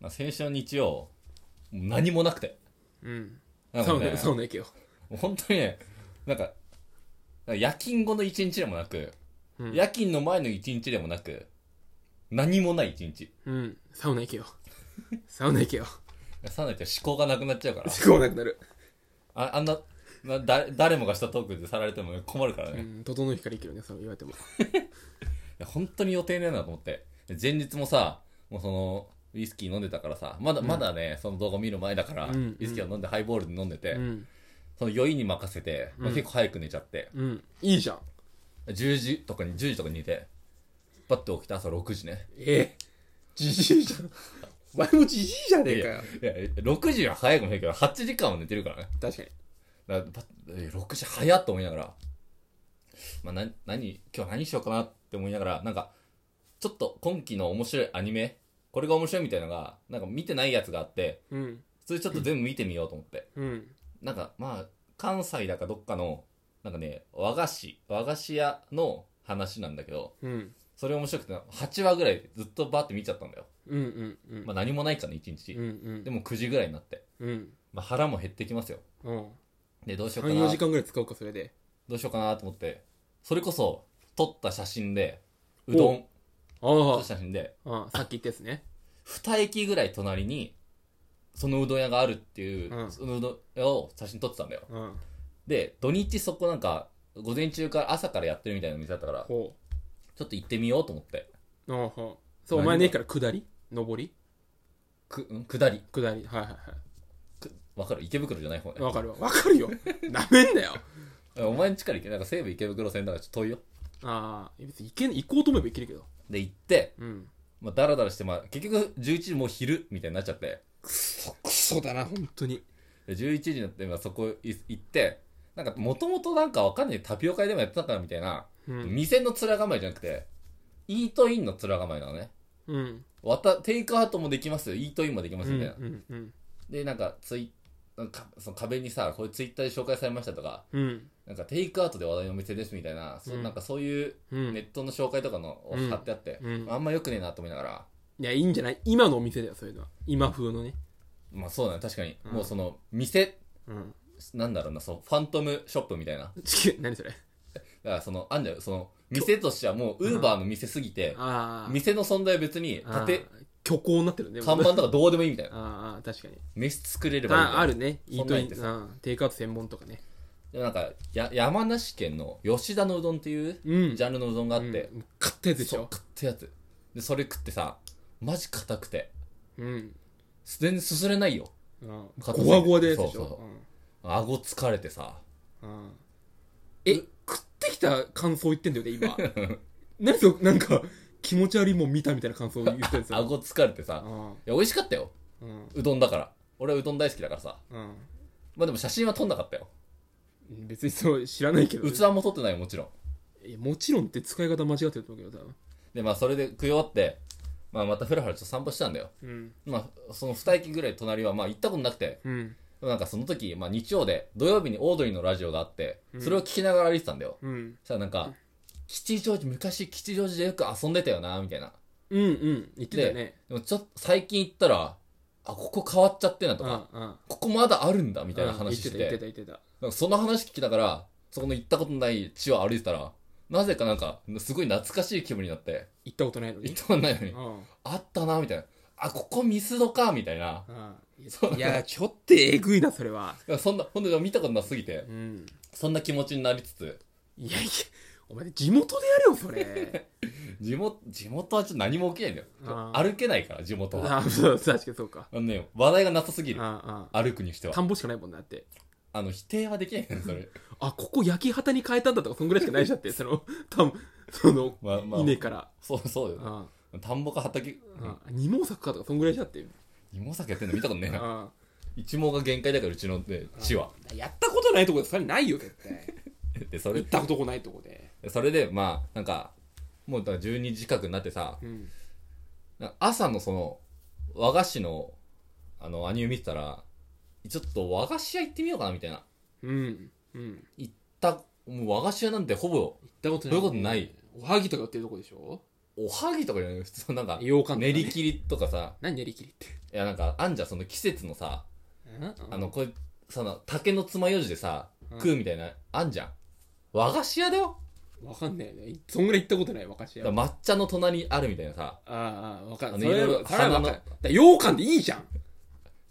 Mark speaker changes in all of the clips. Speaker 1: まあ、先週の日曜、何もなくて。
Speaker 2: うん。
Speaker 1: なんか
Speaker 2: そう
Speaker 1: ね
Speaker 2: ね、、そうね、今日。
Speaker 1: もう本当にね、なんか、なんか夜勤後の一日でもなく、
Speaker 2: うん
Speaker 1: 夜勤の前の一日でもなく、何もない一日。
Speaker 2: うん。サウナ行 けよ。サウナ行けよ。
Speaker 1: さないと思考がなくなっちゃうから。
Speaker 2: 思考なくなる。
Speaker 1: ああんな、なだ誰もがしたトークでさられても困るからね。
Speaker 2: う
Speaker 1: い
Speaker 2: ん。整う光生きるね、そう言われても。
Speaker 1: や本当に予定ねえなと思って。で前日もさ、もうその、ウイスキー飲んでたからさ、まだ、まだね、その動画見る前だから、
Speaker 2: うん
Speaker 1: ウイスキーを飲んでハイボールで飲んでて、
Speaker 2: うん。
Speaker 1: その酔いに任せて、まあ
Speaker 2: うん
Speaker 1: 結構早く寝ちゃって、
Speaker 2: うん。いいじゃん。
Speaker 1: 10時とかに、10時とかに寝て、パッと起きた朝6時ね。
Speaker 2: ええ。じじいじゃん。お前もじじいじゃねえかよ。
Speaker 1: いや、6時は早くもいいけど、8時間は寝てるからね。
Speaker 2: 確かに。
Speaker 1: だからパッえ6時早っと思いながら、まあ、な何今日何しようかなって思いながらなんかちょっと今期の面白いアニメこれが面白いみたいなのがなんか見てないやつがあって
Speaker 2: うん。
Speaker 1: それちょっと全部見てみようと思って、
Speaker 2: うん。
Speaker 1: なんかまあ関西だかどっかのなんかね和菓子和菓子屋の話なんだけど
Speaker 2: うん。
Speaker 1: それ面白くて8話ぐらいずっとバーって見ちゃったんだよ、
Speaker 2: うんうんうん。
Speaker 1: まあ、何もないからね1
Speaker 2: う
Speaker 1: 日
Speaker 2: ん、うん
Speaker 1: で。も9時ぐらいになって、
Speaker 2: うん。
Speaker 1: まあ、腹も減ってきますよ
Speaker 2: うん。
Speaker 1: でどうしようか
Speaker 2: 3、
Speaker 1: な
Speaker 2: 4時間ぐらい使うか、それで。
Speaker 1: どうしようかなと思って、それこそ、撮った写真で、うどん、撮
Speaker 2: あ
Speaker 1: った写真で、
Speaker 2: あ。ああ、さっき言ったやつね。
Speaker 1: 二駅ぐらい隣に、そのうどん屋があるっていう、
Speaker 2: うん
Speaker 1: そのうどん屋を写真撮ってたんだよ。
Speaker 2: うん。
Speaker 1: で、土日そこなんか、午前中から朝からやってるみたいな店だったから、ちょ
Speaker 2: ほ
Speaker 1: っと行ってみようと思って、
Speaker 2: う。ああ、ほう。そう、お前ねえから下り上り
Speaker 1: く、ん下り。
Speaker 2: 下り。はいはいはい
Speaker 1: くわかる池袋じゃない方。ね。
Speaker 2: わかるわ。わかるよ。なめんなよ。
Speaker 1: お前んちから行け、なんか西武池袋線だからちょっと遠いよ。
Speaker 2: ああ、別に行けん、行こうと思えば行けるけど。
Speaker 1: で、行って、
Speaker 2: うん。
Speaker 1: まあ、だらだらして、まあ、結局、11時もう昼みたいになっちゃって、
Speaker 2: クソだな、本当に。
Speaker 1: で11時になって、まあ、そこい行ってなんかもともとなんかわかんないタピオカ屋でもやってたからみたいな、
Speaker 2: うん。
Speaker 1: 店の面構えじゃなくてイートインの面構えなのね
Speaker 2: うん。
Speaker 1: わたテイクアウトもできますよイートインもできま
Speaker 2: う
Speaker 1: す
Speaker 2: ん
Speaker 1: みたいな、
Speaker 2: うん。うん。
Speaker 1: でなんかツイなんかその壁にさこれツイッターで紹介されましたとか
Speaker 2: うん。
Speaker 1: なんかテイクアウトで話題のお店ですみたいな,、そう
Speaker 2: うん
Speaker 1: なんかそういう
Speaker 2: うん。
Speaker 1: ネットの紹介とかのを
Speaker 2: うん
Speaker 1: 貼ってあって、
Speaker 2: うん
Speaker 1: あんまよくねえなと思いながら
Speaker 2: いや、いいんじゃない今のお店だよ、そういうのは。今風のね。
Speaker 1: まあそうだね確かに、
Speaker 2: うん
Speaker 1: もうその店
Speaker 2: うん。
Speaker 1: なんだろうなそのファントムショップみたいな
Speaker 2: ちげえ何それ。
Speaker 1: だからその、あんだよ、その、店としてはもう、ウーバーの店すぎて、
Speaker 2: ああ。
Speaker 1: 店の存在は別に、
Speaker 2: ああ
Speaker 1: 縦、。
Speaker 2: 虚構になってるね。もう
Speaker 1: 看板とかどうでもいいみたいな。
Speaker 2: ああ、確かに。
Speaker 1: 飯作れればいいみたい
Speaker 2: あ
Speaker 1: な。
Speaker 2: あるね。イ
Speaker 1: そ
Speaker 2: ー
Speaker 1: んな
Speaker 2: ト
Speaker 1: ん
Speaker 2: イ
Speaker 1: やって
Speaker 2: ン。
Speaker 1: さ
Speaker 2: うんテイクアウト専門とかね。
Speaker 1: でもなんか、や、山梨県の吉田のうどんっていう、
Speaker 2: うん
Speaker 1: ジャンルのうどんがあって、
Speaker 2: うん。買ったやつでし
Speaker 1: そう
Speaker 2: ょ。
Speaker 1: 食ったやつ。で、それ食ってさ、マジ硬くて、
Speaker 2: うん。
Speaker 1: 全然すすれないよ。
Speaker 2: うん
Speaker 1: 買ったやつ
Speaker 2: ゴワゴワでやつでし
Speaker 1: そうそう
Speaker 2: ょ
Speaker 1: そ。顎疲れてさ、
Speaker 2: うんうんえ、食ってきた感想言ってんだよ ね、今。何それ、なんか、気持ち悪いもん見たみたいな感想言ってんすよ。
Speaker 1: 顎疲れてさ、いや、美味しかったよ。
Speaker 2: うん。うん。
Speaker 1: うどんだから。俺はうどん大好きだからさ。
Speaker 2: うん。
Speaker 1: まあでも写真は撮んなかったよ。
Speaker 2: 別にそう知らないけど、
Speaker 1: 器も撮ってないよ、もちろん。
Speaker 2: いやもちろんって使い方間違ってると思うけど多分
Speaker 1: で、まあそれで食い終わって、まあまたふらふらちょっと散歩したんだよ。
Speaker 2: うん
Speaker 1: まあ、その二駅ぐらい隣は、まあ行ったことなくて、
Speaker 2: うん
Speaker 1: なんかその時、まあ日曜で、土曜日にオードリーのラジオがあって、それを聞きながら歩いてたんだよ。
Speaker 2: うん
Speaker 1: そしたらなんか、吉祥寺、昔吉祥寺でよく遊んでたよな、みたいな。
Speaker 2: うんうん言ってたよね
Speaker 1: で、でもちょっと最近行ったら、あ、ここ変わっちゃってんなと
Speaker 2: う
Speaker 1: か、
Speaker 2: んうん
Speaker 1: ここまだあるんだ、み
Speaker 2: み
Speaker 1: たいな話してて、
Speaker 2: 言ってた言ってた言って
Speaker 1: なんかその話聞きながら、そこの行ったことない地を歩いてたら、なぜかなんか、すごい懐かしい気分になって、
Speaker 2: た行ったことないのに
Speaker 1: 行ったことないのに、
Speaker 2: うん
Speaker 1: あったな、みたいな。あ、ここミスドか、みたいな。
Speaker 2: うん
Speaker 1: そう
Speaker 2: いやちょっとえぐいなそれは
Speaker 1: だからそんな、ほんと見たことなすぎて
Speaker 2: う、ん
Speaker 1: そんな気持ちになりつつ、
Speaker 2: いやいやお前地元でやれよ それ
Speaker 1: 地元、地元はちょっと何も起きないんだよ。ちょ
Speaker 2: あー
Speaker 1: 歩けないから、地元は。
Speaker 2: あそう確かにそうか
Speaker 1: あのね、話題がなさすぎ
Speaker 2: うん
Speaker 1: る
Speaker 2: う。ん
Speaker 1: 歩くにしては
Speaker 2: 田。んぼしかないもんなだって
Speaker 1: あの、否定はできないから、それ。
Speaker 2: あここ焼き畑に変えたんだとかそんぐらいしかないじゃ んってその田んその
Speaker 1: まあまあ
Speaker 2: 稲から
Speaker 1: そう、そう
Speaker 2: う
Speaker 1: よ。
Speaker 2: ん
Speaker 1: 田んぼか畑、
Speaker 2: うん二毛作かとかそんぐらいじゃんって
Speaker 1: 二毛作やってんの見たことねえ
Speaker 2: う
Speaker 1: な。
Speaker 2: ん
Speaker 1: 一毛が限界だから、うちのね、地は。
Speaker 2: やったことないとこでそれないよ絶 対
Speaker 1: で、そ
Speaker 2: 行
Speaker 1: れ
Speaker 2: っ、たことないとこで
Speaker 1: それで、まあ、なんか、もうだから12時近くになってさ、
Speaker 2: うん
Speaker 1: なんか朝のその、和菓子の、あの、アニメ見てたら、ちょっと和菓子屋行ってみようかな、みたいな。
Speaker 2: うんうん
Speaker 1: 行った、もう和菓子屋なんてほぼ、
Speaker 2: 行ったこと
Speaker 1: そういうことない
Speaker 2: おはぎとか売ってるとこでしょ
Speaker 1: おはぎとかじゃない普通のなんか、
Speaker 2: 羊羹とかね
Speaker 1: 練り切りとかさ、
Speaker 2: 何練り切りって
Speaker 1: いやなんかあんじゃんその季節のさあのこれその竹の爪楊枝でさ
Speaker 2: うん
Speaker 1: 食うみたいなあんじゃん和菓子屋だよ
Speaker 2: わかんないよねそんぐらい行ったことない和菓子
Speaker 1: だ
Speaker 2: 屋
Speaker 1: から
Speaker 2: あ
Speaker 1: 抹茶の隣にあるみたいなさ
Speaker 2: あああわか
Speaker 1: あの
Speaker 2: んないそれ
Speaker 1: いろいろ
Speaker 2: はそれはわ
Speaker 1: 花の
Speaker 2: かんないだから羊羹でいいじゃん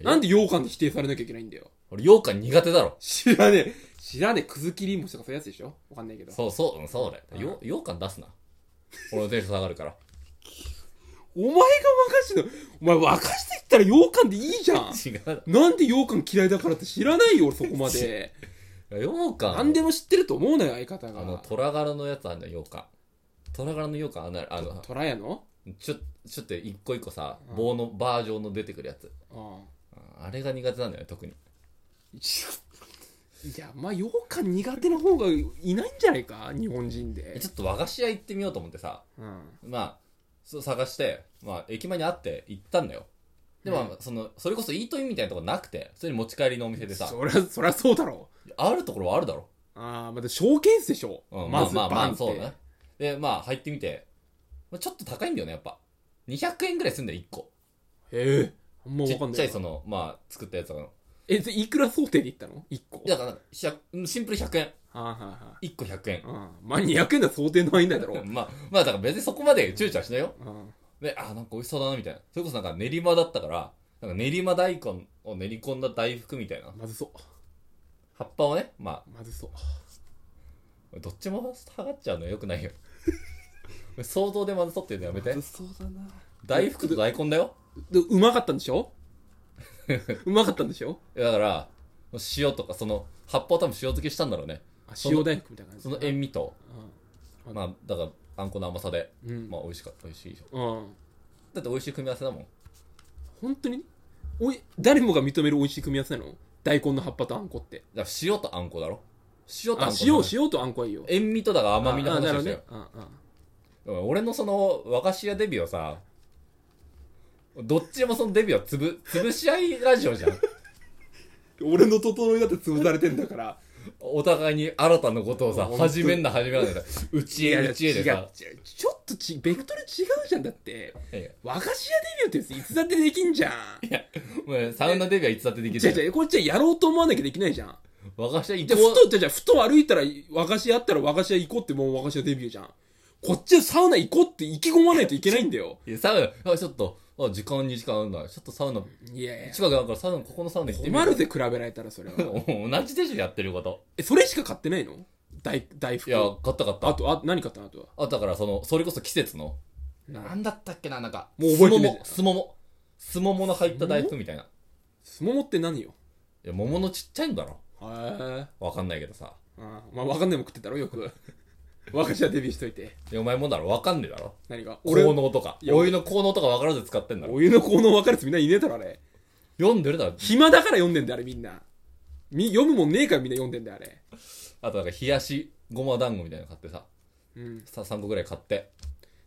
Speaker 1: え
Speaker 2: なんで羊羹で否定されなきゃいけないんだよ
Speaker 1: 俺羊羹苦手だろ
Speaker 2: 知らねえ知らねえくず切り餅とかそういうやつでしょわかんないけど
Speaker 1: そうそううんそうだ
Speaker 2: うん
Speaker 1: よよ羊羹出すな俺のテンション下がるから
Speaker 2: お前が和菓子のお前和菓子と言ったら羊羹でいいじゃん
Speaker 1: 違うだろ
Speaker 2: なんで羊羹嫌いだからって知らないよ俺そこまで
Speaker 1: いや羊羹
Speaker 2: 何でも知ってると思うなよ相方
Speaker 1: あの
Speaker 2: が
Speaker 1: 虎柄のやつあんじゃん羊羹虎柄の羊羹あんなあの
Speaker 2: 虎屋の
Speaker 1: ちょちょっと一個一個さ
Speaker 2: うん
Speaker 1: 棒のバージョンの出てくるやつ
Speaker 2: ああ
Speaker 1: うんあれが苦手なんだよね特に
Speaker 2: いやまあ羊羹苦手な方がいないんじゃないか日本人
Speaker 1: え
Speaker 2: で
Speaker 1: ちょっと和菓子屋行ってみようと思ってさ
Speaker 2: うん
Speaker 1: まあそう探して、まあ、駅前にあって行ったんだよでも、まあそのそれこそイートインみたいなとこなくてそれに持ち帰りのお店でさ
Speaker 2: そりゃそりゃそうだろ
Speaker 1: あるところはあるだろ、
Speaker 2: うああまだショーケースでしょ、
Speaker 1: うん、
Speaker 2: まず
Speaker 1: ま
Speaker 2: バ
Speaker 1: あ
Speaker 2: ンって、
Speaker 1: まあまあそうねでまあ入ってみてまあちょっと高いんだよねやっぱ200円ぐらいすんだよ1個
Speaker 2: へえあんま
Speaker 1: ち
Speaker 2: 分かん
Speaker 1: っ
Speaker 2: ない
Speaker 1: ちゃい
Speaker 2: そ
Speaker 1: そのまあ作ったやつの
Speaker 2: えでいくら想定でいったの1個
Speaker 1: だからひゃくシンプル100円
Speaker 2: はいは
Speaker 1: 1個100円
Speaker 2: いはいうんまあ200円だ想定の範囲内だろ う、
Speaker 1: まあまあだから別にそこまで躊躇はしないよ
Speaker 2: うん、
Speaker 1: で、あ、なんか美味しそうだな、みたいな。それこそなんか練馬だったから、なんか練馬大根を練り込んだ大福みたいな。
Speaker 2: まずそう
Speaker 1: 葉っぱをね、ま
Speaker 2: まずそう
Speaker 1: あ、どっちも下がっちゃうのよくないよ。 想像でまず取ってるのやめて
Speaker 2: まず。そうだな
Speaker 1: 大福と大根だよ。
Speaker 2: でうまかったんで しょうまかったんでしょ
Speaker 1: だから、塩とか、その、葉っぱを多分塩漬けしたんだろうね。
Speaker 2: あ
Speaker 1: その
Speaker 2: 塩大福みたいな感じ
Speaker 1: その塩味と、
Speaker 2: うん
Speaker 1: まあ、だから、あんこの甘さで、
Speaker 2: うん、
Speaker 1: まあ、美味しかった、美味しいでしょ。
Speaker 2: うん
Speaker 1: だって美味しい組み合わせだもん。
Speaker 2: 本当におい誰もが認める美味しい組み合わせなの大根の葉っぱとあんこって
Speaker 1: だから塩とあんこだろ。塩とあん
Speaker 2: あ
Speaker 1: こ。
Speaker 2: 塩塩とあんこはいいよ
Speaker 1: 塩味とだから甘みの話
Speaker 2: ああなる
Speaker 1: で
Speaker 2: ほ
Speaker 1: した
Speaker 2: ど
Speaker 1: よ
Speaker 2: ね。ああ
Speaker 1: 俺のその和菓子屋デビューをさどっちもそのデビューをつぶ潰し合いラジオじゃん
Speaker 2: 俺の整いだって潰されてんだから
Speaker 1: お互いに新たなことをさ
Speaker 2: 本当に
Speaker 1: 始めんな始めんなでさうちへうちへでさ
Speaker 2: 違う違うちょっとちベクトル違うじゃんだって
Speaker 1: いやいや
Speaker 2: 和菓子屋デビューっていつだってできんじゃん
Speaker 1: もうサウナデビューはいつだってでき
Speaker 2: 違
Speaker 1: る
Speaker 2: う
Speaker 1: じゃん
Speaker 2: 違うこっちはやろうと思わなきゃできないじゃん
Speaker 1: 和菓子屋
Speaker 2: じ
Speaker 1: 行
Speaker 2: ゃあ
Speaker 1: こ
Speaker 2: ふとじゃあじゃあふと歩いたら和菓子屋あったら和菓子屋行こうってもう和菓子屋デビューじゃんこっちはサウナ行こうって意気込まないといけないんだよ
Speaker 1: ういやサウナあちょっとあ時間2時間あるんだちょっとサウナ
Speaker 2: いやいや
Speaker 1: 近くだからサウナここのサウナ行ってみ
Speaker 2: 困る
Speaker 1: る
Speaker 2: ぜ比べられたらそれは
Speaker 1: 同じでしょやってること
Speaker 2: えそれしか買ってないの大大
Speaker 1: い
Speaker 2: 福
Speaker 1: や買った買った
Speaker 2: あとあ何買ったのあとは
Speaker 1: あだからそのそれこそ季節の
Speaker 2: な
Speaker 1: なんだったっけななんか
Speaker 2: もう覚えてねえじゃん
Speaker 1: すももすももすももの入った大福みたいない
Speaker 2: すももって何よ
Speaker 1: や桃のちっちゃいんだろ
Speaker 2: へえ
Speaker 1: わかんないけどさ。
Speaker 2: まあわかんないもん食ってたろよく若者デビューしといて
Speaker 1: いやお前もだろわかんねえだろ
Speaker 2: 何が俺
Speaker 1: 効能とか。
Speaker 2: いや
Speaker 1: お湯の効能とかわからず使ってんだろ
Speaker 2: お湯の効能分かるやつみんないねえだろあれ
Speaker 1: 読んでるだろ
Speaker 2: 暇だから読んでんだよあれみんなみ読むもんねえからみんな読んでんだよあれ
Speaker 1: あとなんか冷やしごま団子みたいなの買ってさ。
Speaker 2: うん
Speaker 1: さ3個ぐらい買って。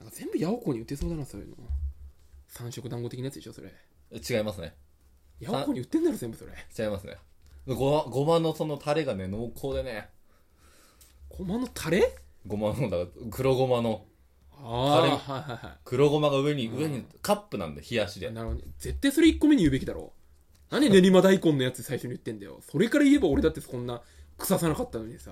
Speaker 2: なんか全部ヤオコに売ってそうだなそういうの三色団子的なやつでしょそれ
Speaker 1: 違いますね。
Speaker 2: ヤオコに売ってんだろ全部それ
Speaker 1: 違いますね。ごま、ごまのそのタレがね、濃厚でね。
Speaker 2: ごまのタレ
Speaker 1: ごまの、だから黒ごまの、
Speaker 2: あ
Speaker 1: タレ
Speaker 2: あはいはいは
Speaker 1: 黒ごまが上に、
Speaker 2: うん
Speaker 1: 上にカップなんで、冷やし
Speaker 2: い
Speaker 1: で。
Speaker 2: なるほどね絶対それ1個目に言うべきだろ何で練馬大根のやつ最初に言ってんだよそれから言えば俺だってこんな腐さなかったのにさ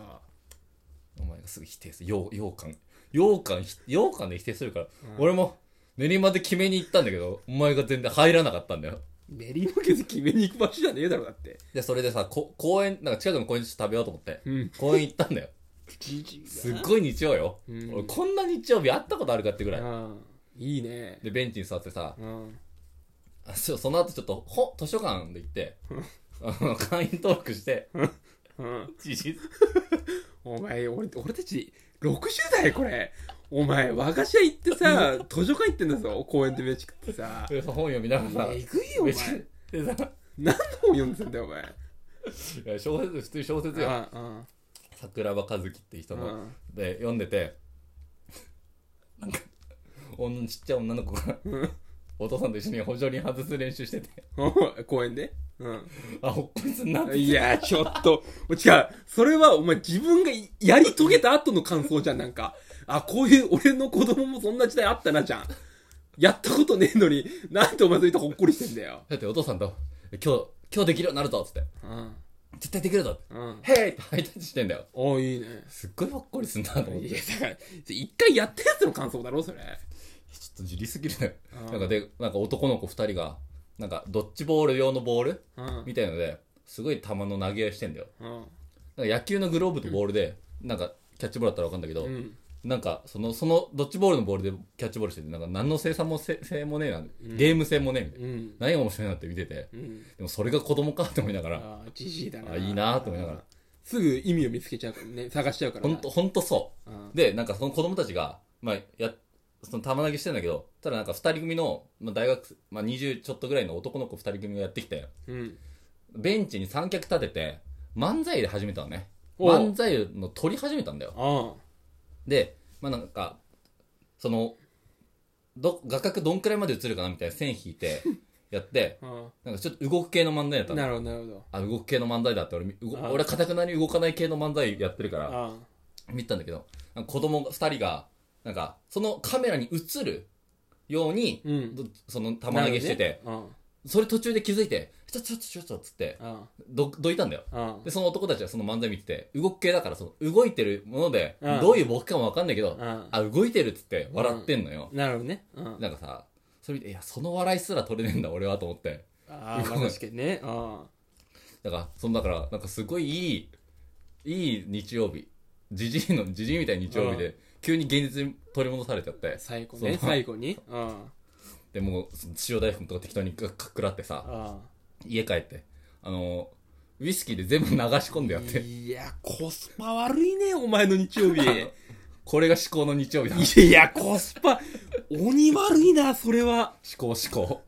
Speaker 1: お前がすぐ否定する。よう、羊羹。羊羹ひ、羊羹で否定するから。
Speaker 2: うん
Speaker 1: 俺も、練馬で決めに行ったんだけど、お前が全然入らなかったんだよ。
Speaker 2: 練馬家で決めに行く場所じゃねえだろだって
Speaker 1: で、それでさ、こ公園、なんか近くの公園ちょっと食べようと思って、
Speaker 2: うん
Speaker 1: 公園行ったん だよ。
Speaker 2: じじい
Speaker 1: すっごい日曜よ。
Speaker 2: うん
Speaker 1: 俺、こんな日曜日あったことあるかってぐらい。
Speaker 2: いいね
Speaker 1: で、ベンチに座ってさ、
Speaker 2: うん
Speaker 1: あそうその後ちょっと、ほ、図書館で行 って、あの会員登録して、
Speaker 2: うん
Speaker 1: じじい
Speaker 2: お前俺俺たち60代これお前和菓子屋行ってさ図書館行ってんだぞ公園で飯食ってさ
Speaker 1: で本読みながらさ、
Speaker 2: えぐいよお
Speaker 1: め
Speaker 2: 前
Speaker 1: っちゃでさ、
Speaker 2: 何の本読んでんだよお前
Speaker 1: いや小説、普通に小説よ。
Speaker 2: あ
Speaker 1: 桜庭和樹っていう人
Speaker 2: う
Speaker 1: の、
Speaker 2: ん
Speaker 1: で、読んでて、なんか、女のちっちゃい女の子が、
Speaker 2: うん
Speaker 1: お父さんと一緒に補助輪外す練習してて、
Speaker 2: うん公園でうん
Speaker 1: あ、ほっこりすんなって。
Speaker 2: いや、ちょっと、違う。それは、お前自分がやり遂げた後の感想じゃん、なんか。あ、こういう、俺の子供もそんな時代あったな、じゃん。やったことねえのに、なんてお前といたほっこりしてんだよ。
Speaker 1: だってお父さんと、今日、今日できるようになるぞっつって。
Speaker 2: うん。
Speaker 1: 絶対できるぞって。
Speaker 2: うん。
Speaker 1: ヘイってハイタッチしてんだよ。
Speaker 2: おいいね。
Speaker 1: すっごいほっこりすんなと思って。
Speaker 2: い
Speaker 1: ちょ
Speaker 2: や、だから、一回やったやつの感想だろ、それ。
Speaker 1: っとじりすぎるね。
Speaker 2: うん
Speaker 1: なんかで、なんか男の子二人が、なんかドッジボール用のボール
Speaker 2: うん。
Speaker 1: みたいので、すごい球の投げ合いしてんだよ。
Speaker 2: うん。
Speaker 1: なんか野球のグローブとボールで、なんかキャッチボールだったらわかんだけど、
Speaker 2: うん。
Speaker 1: なんかその、そのドッジボールのボールでキャッチボールしてて、なんか何の生産もせ性もねえな、ゲーム性もねえみたいな。
Speaker 2: うん。
Speaker 1: 何が面白いなって見てて、
Speaker 2: うん。
Speaker 1: でもそれが子供かって思いながら、
Speaker 2: ああ、じじいだな。
Speaker 1: あいいなと思いながら。
Speaker 2: すぐ意味を見つけちゃうからね、探しちゃうから
Speaker 1: ほ
Speaker 2: な。
Speaker 1: んと、ほんとそう。
Speaker 2: うん。
Speaker 1: で、なんかその子供たちが、まあ、や、その玉投げしてんだけど、ただなんか二人組の、まあ、大学生、まあ、20ちょっとぐらいの男の子二人組がやってきて、
Speaker 2: うん。
Speaker 1: ベンチに三脚立てて、漫才で始めたのね。
Speaker 2: おう
Speaker 1: 漫才の撮り始めたんだよ。
Speaker 2: あ
Speaker 1: で、まあ、なんか、その、ど、画角どんくらいまで映るかなみたいな線引いて、やって、
Speaker 2: あ。う
Speaker 1: なんかちょっと動く系の漫才やった
Speaker 2: ん。
Speaker 1: の。
Speaker 2: なるほど、なるほど。
Speaker 1: あ、動く系の漫才だって俺み、動
Speaker 2: あ
Speaker 1: 俺はかたくなに動かない系の漫才やってるから、
Speaker 2: あ
Speaker 1: 見てたんだけど、なんか子供が2人が、なんか、そのカメラに映るように、
Speaker 2: うん
Speaker 1: どその
Speaker 2: あ。
Speaker 1: 玉投げしてて、
Speaker 2: なるほどね。
Speaker 1: それ途中で気づいて、ちょちょちょちょちょっつって、
Speaker 2: うん。うん。
Speaker 1: ど、どいたんだよ。
Speaker 2: うん
Speaker 1: で、その男たちはその漫才見てて、動く系だから、その動いてるもので、
Speaker 2: うん
Speaker 1: どういうボケかもわかんないけど、
Speaker 2: うん
Speaker 1: あ、動いてるっつって笑ってんのよ。
Speaker 2: なるほどね。うん。
Speaker 1: なんかさ、それ見て、いや、その笑いすら取れねえんだ、俺はと思って。
Speaker 2: ああ、まあ確かにね。あ
Speaker 1: だから、その、だから、なんかすごいいい、いい日曜日。じじいの、じじいみたいな日曜日
Speaker 2: う
Speaker 1: で、急に現実に取り戻されちゃって
Speaker 2: あ、。最後ね、
Speaker 1: そう
Speaker 2: 最後に。うん。
Speaker 1: でもう塩大福とか適当にかっくらってさ
Speaker 2: あ
Speaker 1: 家帰ってあのウイスキーで全部流し込んでやっ
Speaker 2: あ。
Speaker 1: て
Speaker 2: いや、コスパ悪いね、お前の日 曜日。
Speaker 1: これが至高の日曜日だ思
Speaker 2: いや、コスパ、鬼悪いな、それは。
Speaker 1: 考思考